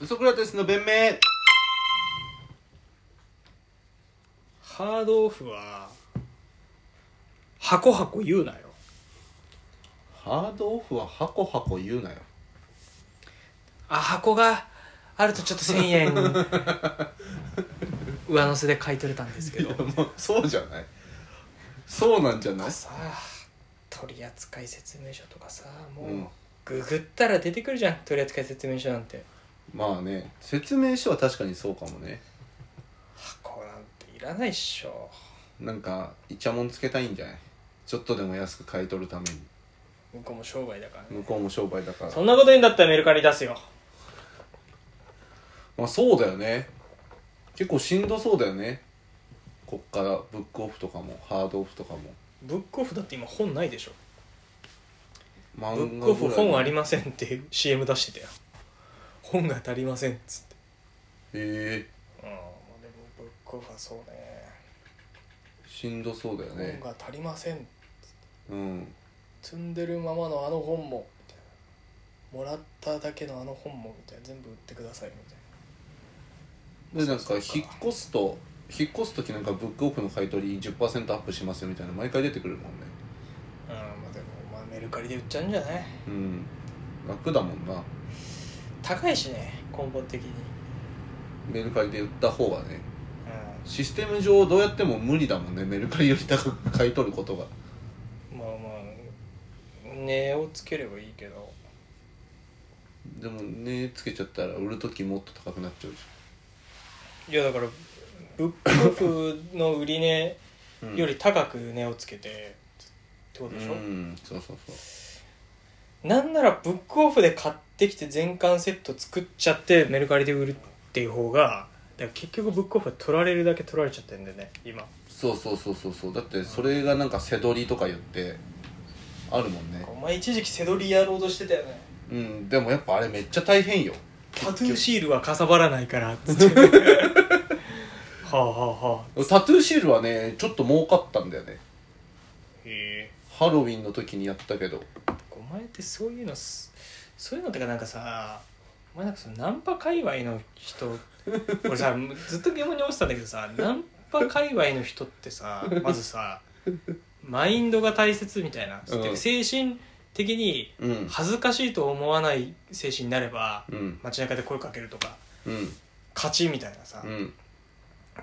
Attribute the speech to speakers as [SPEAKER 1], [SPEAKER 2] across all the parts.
[SPEAKER 1] ウソクラテスの弁明
[SPEAKER 2] ハードオフは箱箱言うなよ
[SPEAKER 1] ハードオフはハコハコ言うなよ
[SPEAKER 2] あ箱があるとちょっと1000円 上乗せで買い取れたんですけど
[SPEAKER 1] もうそうじゃないそうなんじゃない
[SPEAKER 2] さ取扱説明書とかさもう、
[SPEAKER 1] うん
[SPEAKER 2] ググったら出てくるじゃん取扱説明書なんて
[SPEAKER 1] まあね説明書は確かにそうかもね
[SPEAKER 2] 箱なんていらないっしょ
[SPEAKER 1] なんかイチャモンつけたいんじゃないちょっとでも安く買い取るために
[SPEAKER 2] 向こうも商売だからね
[SPEAKER 1] 向こうも商売だから
[SPEAKER 2] そんなこと言うんだったらメルカリ出すよ
[SPEAKER 1] まあそうだよね結構しんどそうだよねこっからブックオフとかもハードオフとかも
[SPEAKER 2] ブックオフだって今本ないでしょ
[SPEAKER 1] 漫
[SPEAKER 2] ブックオフ本あり
[SPEAKER 1] へ
[SPEAKER 2] ませんって CM 出してたよ本が足りませんっつって
[SPEAKER 1] え
[SPEAKER 2] うんまあでもブックオフはそうね
[SPEAKER 1] しんどそうだよね
[SPEAKER 2] 本が足りません
[SPEAKER 1] うん
[SPEAKER 2] 積んでるままのあの本もみたいなもらっただけのあの本もみたいな全部売ってくださいみたい
[SPEAKER 1] でなんか
[SPEAKER 2] そうか
[SPEAKER 1] 引っ越すと引っ越す時なんかブックオフの買い取り10%アップしますよみたいな毎回出てくるもんね
[SPEAKER 2] なうんまあでもまあメルカリで売っちゃうんじゃない
[SPEAKER 1] うん楽だもんな
[SPEAKER 2] 高いしね根本的に
[SPEAKER 1] メルカリで売った方がね
[SPEAKER 2] う
[SPEAKER 1] システム上どうやっても無理だもんねメルカリより高く買い取ることが
[SPEAKER 2] んまあまあ値をつければいいけど
[SPEAKER 1] でもねつけちゃったら売る時もっと高くなっちゃうじ
[SPEAKER 2] いやだからブックオフの売り値
[SPEAKER 1] ゃん、
[SPEAKER 2] より高く値をつけてってことでしょ、
[SPEAKER 1] うんそうそうそう
[SPEAKER 2] なんならブックオフで買ってきて全巻セット作っちゃってメルカリで売るっていう方がだから結局ブックオフは取られるだけ取られちゃってるんだよね今
[SPEAKER 1] そうそうそうそうそうだってそれがなんか背取りとか言ってあるもんね
[SPEAKER 2] お前一時期背取りやろうとしてたよね
[SPEAKER 1] うんでもやっぱあれめっちゃ大変よ
[SPEAKER 2] タトゥーシールはかさばらないからっつって はあはあはあ
[SPEAKER 1] タトゥーシールはねちょっと儲かったんだよね
[SPEAKER 2] へえ
[SPEAKER 1] ハロウィンの時にやったけど
[SPEAKER 2] お前ってそういうのすそういうのってかなんかさお前なんかそのナンパ界隈の人 俺さずっと疑問に思ってたんだけどさナンパ界隈の人ってさまずさマインドが大切みたいな、
[SPEAKER 1] うん
[SPEAKER 2] てか精神的に
[SPEAKER 1] うん
[SPEAKER 2] 恥ずかしいと思わない精神になれば
[SPEAKER 1] うん
[SPEAKER 2] 街中で声かけるとか
[SPEAKER 1] うん
[SPEAKER 2] 勝ちみたいなさ、
[SPEAKER 1] うん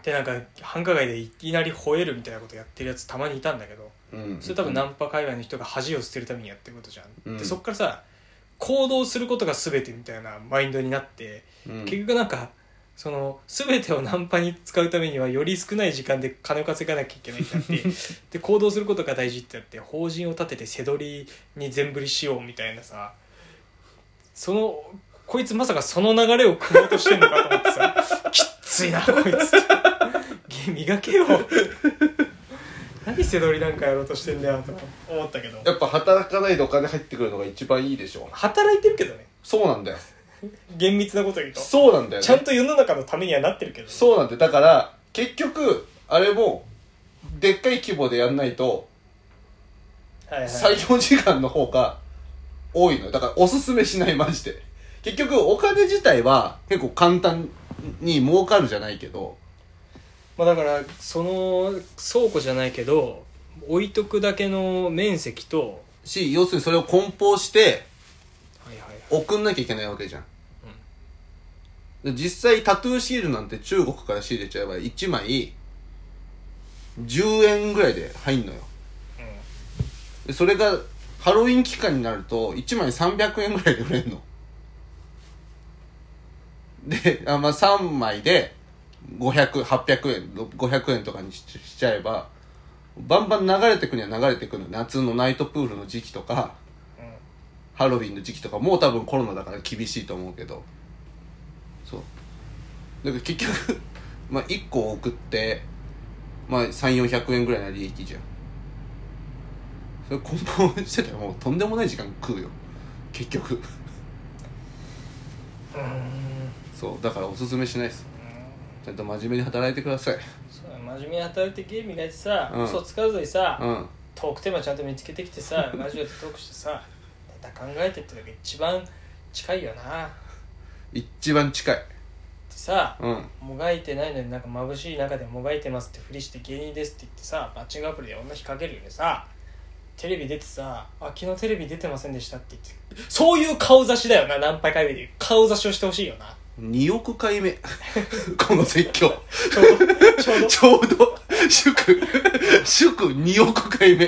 [SPEAKER 2] でなんか繁華街でいきなり吠えるみたいなことやってるやつたまにいたんだけど
[SPEAKER 1] うん
[SPEAKER 2] それ多分ナンパ界隈の人が恥を捨てるためにやってることじゃん、
[SPEAKER 1] うん
[SPEAKER 2] でそっからさ行動することが全てみたいなマインドになって、
[SPEAKER 1] うん
[SPEAKER 2] 結局なんかその全てをナンパに使うためにはより少ない時間で金を稼がなきゃいけないってなって で行動することが大事ってなって法人を立てて背取りに全振りしようみたいなさそのこいつまさかその流れを組もうとしてんのかと思ってさきっついなこいつって磨けよ何背取りなんかやろうとしてんだよと思ったけど
[SPEAKER 1] やっぱ働かないでお金入ってくるのが一番いいでしょ
[SPEAKER 2] 働いてるけどね
[SPEAKER 1] そうなんだよ
[SPEAKER 2] 厳密なこと言うと
[SPEAKER 1] そうなんだよ
[SPEAKER 2] ちゃん
[SPEAKER 1] ね
[SPEAKER 2] と世の中のためにはなってるけど
[SPEAKER 1] そうなんだよだから結局あれもでっかい規模でやんないと
[SPEAKER 2] はいはい
[SPEAKER 1] 採用時間の方が多いのよだからおすすめしないマジで結局お金自体は結構簡単に儲かるじゃないけど
[SPEAKER 2] まあ、だからその倉庫じゃないけど置いとくだけの面積と
[SPEAKER 1] し要するにそれを梱包して
[SPEAKER 2] はいはいはい
[SPEAKER 1] 送んなきゃいけないわけじゃん、で実際タトゥーシールなんて中国から仕入れちゃえば1枚10円ぐらいで入んのよでそれがハロウィン期間になると1枚300円ぐらいで売れんのであ、まあ、3枚で500800円500円とかにししちゃえばバンバン流れてくには流れてくの夏のナイトプールの時期とか
[SPEAKER 2] うんうん
[SPEAKER 1] ハロウィンの時期とかもう多分コロナだから厳しいと思うけどそうだから結局 まあ1個送ってまあ3400円ぐらいの利益じゃんそれ梱包してたらもうとんでもない時間食うよ結局そうだからおすすめしないですちゃんと真面目に働いてください
[SPEAKER 2] そうだ真面目に働いてゲーム磨いてさ、
[SPEAKER 1] うん
[SPEAKER 2] 嘘つかずにさ、
[SPEAKER 1] うん
[SPEAKER 2] トークテーマちゃんと見つけてきてさラジオでトークしてさネタ考えてってのが一番近いよな
[SPEAKER 1] 一番近い
[SPEAKER 2] さ
[SPEAKER 1] うん
[SPEAKER 2] もがいてないのになんか眩しい中でもがいてますってふりして芸人ですって言ってさマッチングアプリで女引っ掛けるよねさテレビ出てさ「あ昨日テレビ出てませんでした」って言ってそういう顔差しだよな何回か目で顔差しをしてほしいよな
[SPEAKER 1] 2億回目 この説教
[SPEAKER 2] ちょうどちょうど
[SPEAKER 1] ちょうど祝祝2億回目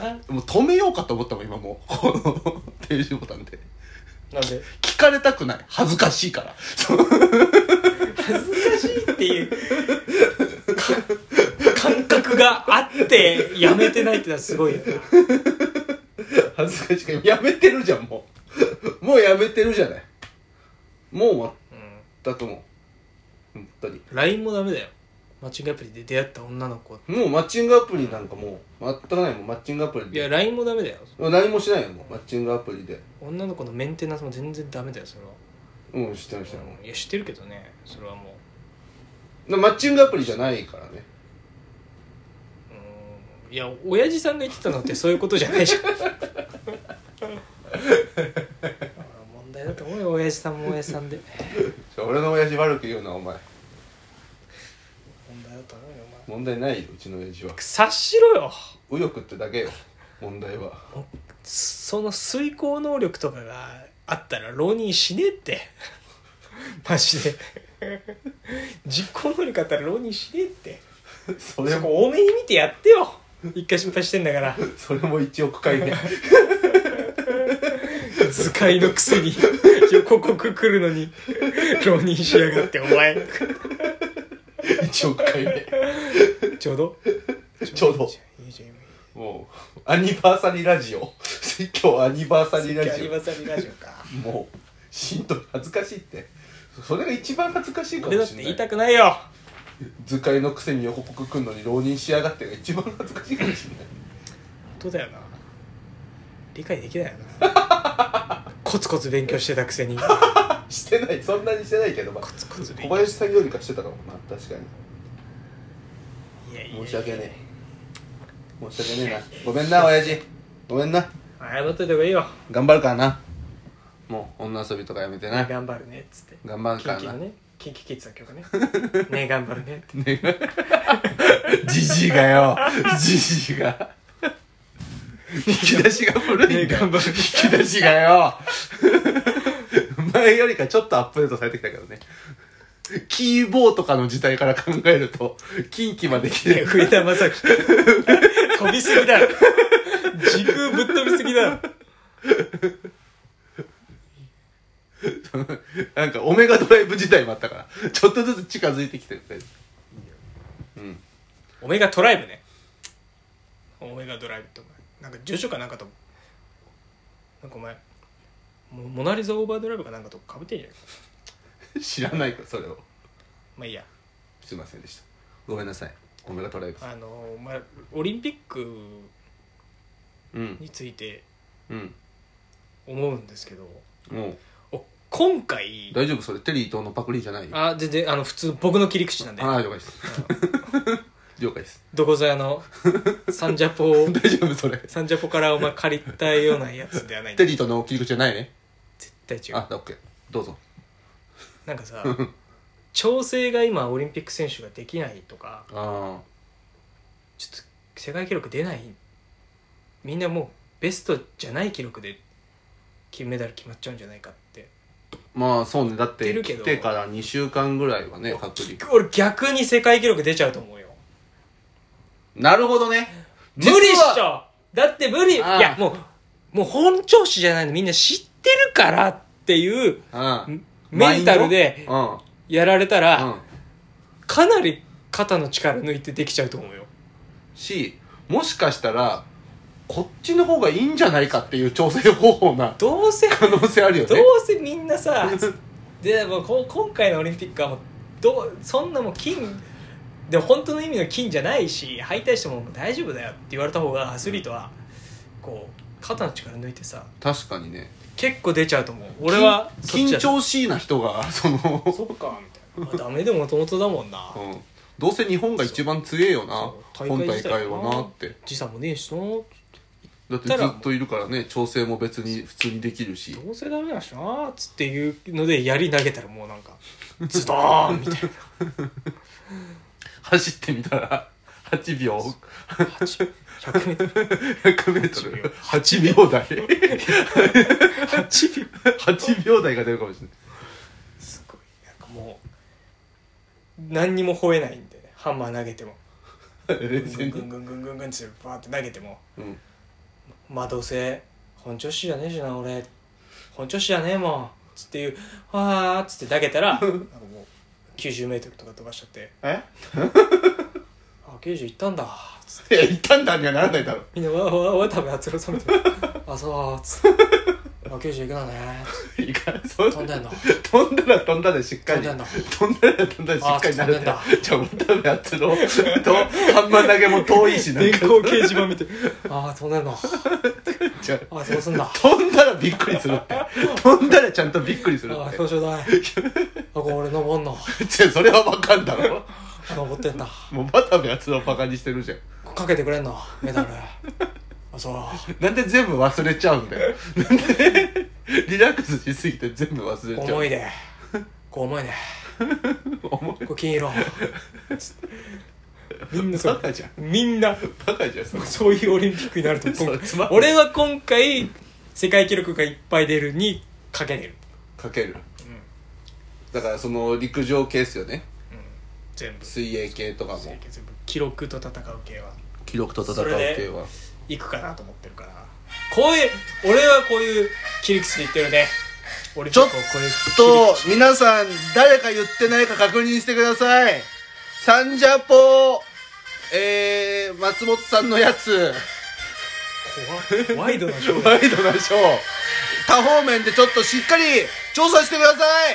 [SPEAKER 2] あ
[SPEAKER 1] もう止めようかと思ったもん今もう この停止ボタンで
[SPEAKER 2] なんで
[SPEAKER 1] 聞かれたくない恥ずかしいから
[SPEAKER 2] 恥ず かしいっていうか感覚があってやめてないってのはすごいよな
[SPEAKER 1] 恥ずかしいからやめてるじゃんもうもうやめてるじゃないもう終わったと思う本当に
[SPEAKER 2] LINE もダメだよマッチングアプリで出会った女の子
[SPEAKER 1] もうマッチングアプリなんかもう全くないもんマッチングアプリ
[SPEAKER 2] いや
[SPEAKER 1] で
[SPEAKER 2] LINE もダメだよ
[SPEAKER 1] 何もしないよもうマッチングアプリで
[SPEAKER 2] 女の子のメンテナンスも全然ダメだよそれは
[SPEAKER 1] うん知ってましたも
[SPEAKER 2] いや知ってるけどねそれはも
[SPEAKER 1] うマッチングアプリじゃないからね
[SPEAKER 2] ううーんいや親父さんが言ってたのってそういうことじゃないじゃん問題だと思うよ親父さんも親父さんで
[SPEAKER 1] ちょ俺の親父悪く言うなお前
[SPEAKER 2] 問題だと思うよお前
[SPEAKER 1] 問題ないようちの親父は
[SPEAKER 2] 察しろよ
[SPEAKER 1] 右翼ってだけよ問題は
[SPEAKER 2] その遂行能力とかがあったら浪人しねえってマジで実行能力あったら浪人しねえって
[SPEAKER 1] そ
[SPEAKER 2] そこ多めに見てやってよ一回失敗してんだから
[SPEAKER 1] それも1億回目
[SPEAKER 2] 図解のくせに予告来るのに浪人しやがってお前
[SPEAKER 1] 1億回目
[SPEAKER 2] ちょうど
[SPEAKER 1] ちょうど
[SPEAKER 2] いいじゃんいい
[SPEAKER 1] もうアニバーサリーラジオ説教アニバーサリ
[SPEAKER 2] じ
[SPEAKER 1] ー
[SPEAKER 2] ゃん
[SPEAKER 1] ラ
[SPEAKER 2] ア
[SPEAKER 1] ジ
[SPEAKER 2] ニバーサリーラジオか
[SPEAKER 1] オもうしんどい恥ずかしいってそれが一番恥ずかしいかも
[SPEAKER 2] 俺だっ
[SPEAKER 1] してれ
[SPEAKER 2] 言い
[SPEAKER 1] ない
[SPEAKER 2] たくないよ
[SPEAKER 1] 図解のくせに予告くんのに浪人しやがってが一番恥ずかしいかもしれない
[SPEAKER 2] 本当だよな理解できないよなコツコツ勉強してたくせにコ
[SPEAKER 1] してないそんなにしてないけど、まあ、
[SPEAKER 2] ツコツ勉
[SPEAKER 1] 小
[SPEAKER 2] 強
[SPEAKER 1] 林さんよりかしてたかもな確かに
[SPEAKER 2] いやいやいや
[SPEAKER 1] 申し訳ねえ申し訳ねえなごめんな親父ごめんな
[SPEAKER 2] 謝っといた方がいいよ
[SPEAKER 1] 頑張るからなもう女遊びとかやめてな
[SPEAKER 2] 頑張るねっつって
[SPEAKER 1] 頑張る
[SPEAKER 2] キ
[SPEAKER 1] か
[SPEAKER 2] ン
[SPEAKER 1] ら
[SPEAKER 2] キ
[SPEAKER 1] な
[SPEAKER 2] のねキンキキッズの曲ねね頑張るねって
[SPEAKER 1] じじいがよじじいが引き出しが古いんだよ、
[SPEAKER 2] ね頑張る
[SPEAKER 1] 引き出しがよ前よりかちょっとアップデートされてきたけどねキーボーとかの時代から考えると近畿まで来て
[SPEAKER 2] いや
[SPEAKER 1] る
[SPEAKER 2] 上田正樹飛びすぎだろ時空ぶっ飛びすぎだろ
[SPEAKER 1] なんかオメガドライブ時代もあったからちょっとずつ近づいてきてるうん
[SPEAKER 2] オメガドライブねオメガドライブってお前なんか住所かなんかとなんかお前モモナリザオーバードライブかなんかとかぶってんじゃない
[SPEAKER 1] 知らないからそれを
[SPEAKER 2] まあいいや
[SPEAKER 1] すいませんでしたごめんなさいオメガドライブ
[SPEAKER 2] あのまあオリンピック
[SPEAKER 1] うん
[SPEAKER 2] について
[SPEAKER 1] うん
[SPEAKER 2] 思うんですけど
[SPEAKER 1] もう
[SPEAKER 2] お今回
[SPEAKER 1] 大丈夫それテリー伊藤のパクリじゃないよ
[SPEAKER 2] あ全然あの普通僕の切り口なんで
[SPEAKER 1] ああ了解です 了解です
[SPEAKER 2] どこぞ やのサンジャポを
[SPEAKER 1] 大丈夫それ
[SPEAKER 2] サンジャポからお前借りたようなやつではない ん
[SPEAKER 1] テ
[SPEAKER 2] で
[SPEAKER 1] リーとの切り口じゃないね
[SPEAKER 2] 絶対違う
[SPEAKER 1] あオッケーどうぞ
[SPEAKER 2] なんかさ調整が今オリンピック選手ができないとか
[SPEAKER 1] あ
[SPEAKER 2] ちょっと世界記録出ないみんなもうベストじゃない記録で金メダル決まっちゃうんじゃないかって
[SPEAKER 1] あまあそうねだっ
[SPEAKER 2] 出
[SPEAKER 1] て
[SPEAKER 2] るけ
[SPEAKER 1] 来
[SPEAKER 2] ど
[SPEAKER 1] てから2週間ぐらいはね隔離
[SPEAKER 2] 俺逆に世界記録出ちゃうと思うよ
[SPEAKER 1] なるほどね
[SPEAKER 2] 無理っし
[SPEAKER 1] 実は
[SPEAKER 2] ょだって無理い
[SPEAKER 1] ああ
[SPEAKER 2] やもうもう本調子じゃないのみんな知ってるからっていう
[SPEAKER 1] うん
[SPEAKER 2] メンタルで
[SPEAKER 1] うんうん
[SPEAKER 2] やられたら、かなり肩の力抜いてできちゃうと思うよ
[SPEAKER 1] しもしかしたらこっちの方がいいんじゃないかっていう調整方法な
[SPEAKER 2] どうせ
[SPEAKER 1] 可能性あるよ
[SPEAKER 2] ど
[SPEAKER 1] ね
[SPEAKER 2] うせみん なさでもうこ今回のオリンピックはもうどうそんなもう金でも本当の意味の金じゃないし敗退してももう大丈夫だよって言われた方がアスリートはこう肩の力抜いてさ
[SPEAKER 1] 確かにね
[SPEAKER 2] 結構出ちゃうと思う俺は
[SPEAKER 1] 緊
[SPEAKER 2] そっちだ
[SPEAKER 1] 張しいな人がその
[SPEAKER 2] そっかみたいな、まあ、ダメでもともとだもんな
[SPEAKER 1] うんどうせ日本が一番強えよな
[SPEAKER 2] そう
[SPEAKER 1] 本大会はなって
[SPEAKER 2] 時差もねえしその
[SPEAKER 1] だってずっといるからね調整も別に普通にできるし
[SPEAKER 2] どうせダメだしなーっつっていうのでやり投げたらもうなんかズドーンみたい
[SPEAKER 1] 走ってみたら8秒
[SPEAKER 2] な 100m8
[SPEAKER 1] 100m8 秒台
[SPEAKER 2] 秒
[SPEAKER 1] 8秒台が出るかもしれない
[SPEAKER 2] すごいなんかもう何にも吠えないんでねハンマー投げてもぐ
[SPEAKER 1] 冷
[SPEAKER 2] んぐ
[SPEAKER 1] 静
[SPEAKER 2] ん
[SPEAKER 1] に
[SPEAKER 2] ぐんぐんぐんぐんぐんってバーって投げても
[SPEAKER 1] うん
[SPEAKER 2] 「まあどうせ本調子じゃねえしな俺本調子じゃねえもん」つっていう「あー」っつって投げたらなんかもう 90m とか飛ばしちゃって
[SPEAKER 1] え
[SPEAKER 2] 「あ90いったんだ」つって
[SPEAKER 1] いやいったんだにはならないだろ
[SPEAKER 2] みんな「わわわ多分あつろさん」みたいな「あそう」つって「あ90いくのね
[SPEAKER 1] いかんそう
[SPEAKER 2] 飛んでんの
[SPEAKER 1] 飛んだら飛んだでしっか
[SPEAKER 2] 飛ん
[SPEAKER 1] り
[SPEAKER 2] でんの
[SPEAKER 1] 飛んだら飛んだでしっかりなるんだ
[SPEAKER 2] あ
[SPEAKER 1] じゃあ渡部篤郎とハンマー投げも遠いしなん
[SPEAKER 2] 電
[SPEAKER 1] か
[SPEAKER 2] 光掲示板見て「ああ飛んでんの
[SPEAKER 1] じゃあ
[SPEAKER 2] あそうすんだ」
[SPEAKER 1] 飛んだらびっくりするって飛んだらちゃんとびっくりする
[SPEAKER 2] ああ
[SPEAKER 1] って
[SPEAKER 2] 表彰台あこれ俺登んの
[SPEAKER 1] じゃあそれはわかんだろ
[SPEAKER 2] あ登ってんだ
[SPEAKER 1] もう渡部篤郎バカにしてるじゃん
[SPEAKER 2] かけてくれんのメダルあそう
[SPEAKER 1] なんで全部忘れちゃうんだよなんでリラックスしすぎて全部忘れちゃう
[SPEAKER 2] 重いでこう重いね
[SPEAKER 1] 重い
[SPEAKER 2] こう金色つってみんなそ
[SPEAKER 1] バ
[SPEAKER 2] う
[SPEAKER 1] カじゃん
[SPEAKER 2] みんな
[SPEAKER 1] バカじゃんそれ
[SPEAKER 2] そういうオリンピックになると
[SPEAKER 1] そ
[SPEAKER 2] 今
[SPEAKER 1] うつまんない
[SPEAKER 2] 俺は今回世界記録がいっぱい出るにかけてる、
[SPEAKER 1] かけるだからその陸上系っすよね
[SPEAKER 2] 全部
[SPEAKER 1] 水泳系とかも
[SPEAKER 2] 全部記録と戦う系は
[SPEAKER 1] 記録と戦う系は
[SPEAKER 2] 行くかなと思ってるからこういう俺はこういう切り口で言ってるね俺
[SPEAKER 1] ちょっ
[SPEAKER 2] こういう切り口
[SPEAKER 1] と皆さん誰か言ってないか確認してくださいサンジャポえー、松本さんのやつ
[SPEAKER 2] 怖いワイドな勝負
[SPEAKER 1] ワイドなショー多方面でちょっとしっかり調査してください